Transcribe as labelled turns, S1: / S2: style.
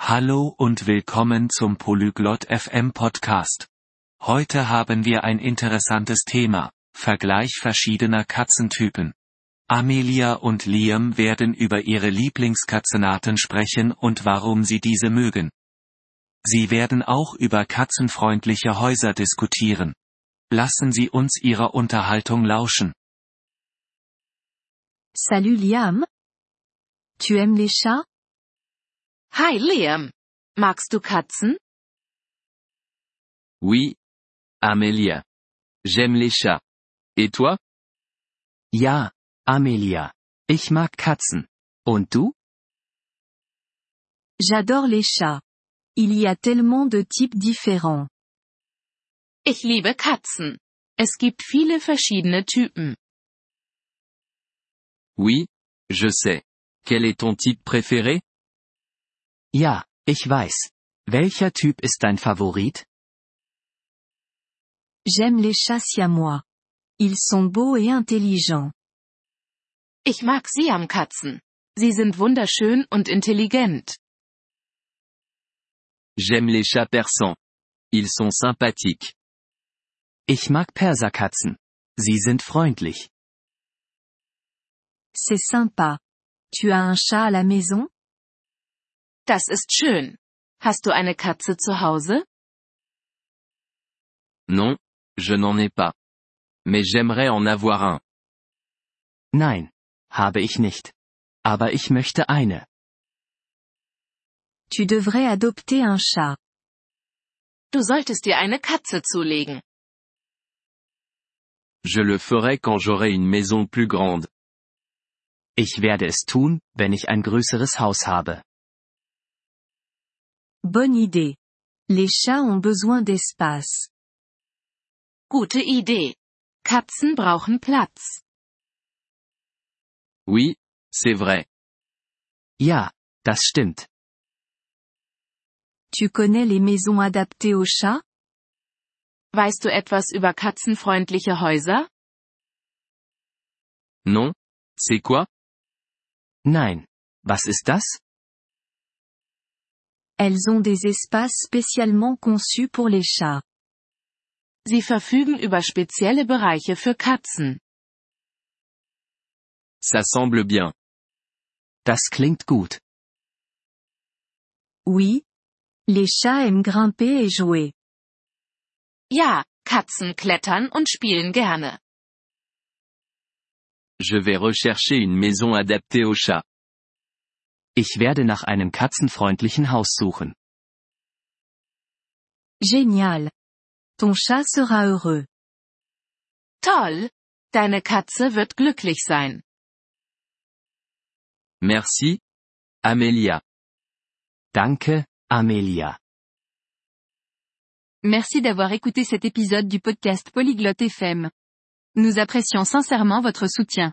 S1: Hallo und willkommen zum Polyglot FM Podcast. Heute haben wir ein interessantes Thema, Vergleich verschiedener Katzentypen. Amelia und Liam werden über ihre Lieblingskatzenarten sprechen und warum sie diese mögen. Sie werden auch über katzenfreundliche Häuser diskutieren. Lassen Sie uns Ihrer Unterhaltung lauschen.
S2: Salut Liam. Tu aimes les chats?
S3: Hi Liam. Magst du Katzen?
S4: Oui. Amelia. J'aime les chats. Et toi?
S5: Ja, Amelia. Ich mag Katzen. Und du?
S2: J'adore les chats. Il y a tellement de types différents.
S3: Ich liebe Katzen. Es gibt viele verschiedene Typen.
S4: Oui. Je sais. Quel est ton type préféré?
S5: Ja, ich weiß. Welcher Typ ist dein Favorit?
S2: J'aime les chats siamois. Ils sont beaux et intelligents.
S3: Ich mag Siamkatzen. Sie sind wunderschön und intelligent.
S4: J'aime les chats persans. Ils sont sympathiques.
S5: Ich mag Perserkatzen. Sie sind freundlich.
S2: C'est sympa. Tu as un chat à la maison?
S3: Das ist schön. Hast du eine Katze zu Hause?
S4: Non, je n'en ai pas. Mais j'aimerais en avoir un.
S5: Nein. Habe ich nicht. Aber ich möchte eine.
S2: Tu devrais adopter un chat.
S3: Du solltest dir eine Katze zulegen.
S4: Je le ferai quand j'aurai une maison plus grande.
S5: Ich werde es tun, wenn ich ein größeres Haus habe.
S2: Bonne idée. Les chats ont besoin d'espace.
S3: Gute Idee. Katzen brauchen Platz.
S4: Oui, c'est vrai.
S5: Ja, das stimmt.
S2: Tu connais les maisons adaptées aux chats?
S3: Weißt du etwas über katzenfreundliche Häuser?
S4: Non? C'est quoi?
S5: Nein. Was ist das?
S2: Elles ont des espaces spécialement conçus pour les chats.
S3: Sie verfügen über spezielle Bereiche für Katzen.
S4: Ça semble bien.
S5: Das klingt gut.
S2: Oui. Les chats aiment grimper et jouer.
S3: Ja, Katzen klettern und spielen gerne.
S4: Je vais rechercher une maison adaptée aux chats.
S5: Ich werde nach einem katzenfreundlichen Haus suchen.
S2: Génial. Ton chat sera heureux.
S3: Toll! Deine Katze wird glücklich sein.
S4: Merci. Amelia.
S5: Danke, Amelia.
S6: Merci d'avoir écouté cet épisode du podcast Polyglotte FM. Nous apprécions sincèrement votre soutien.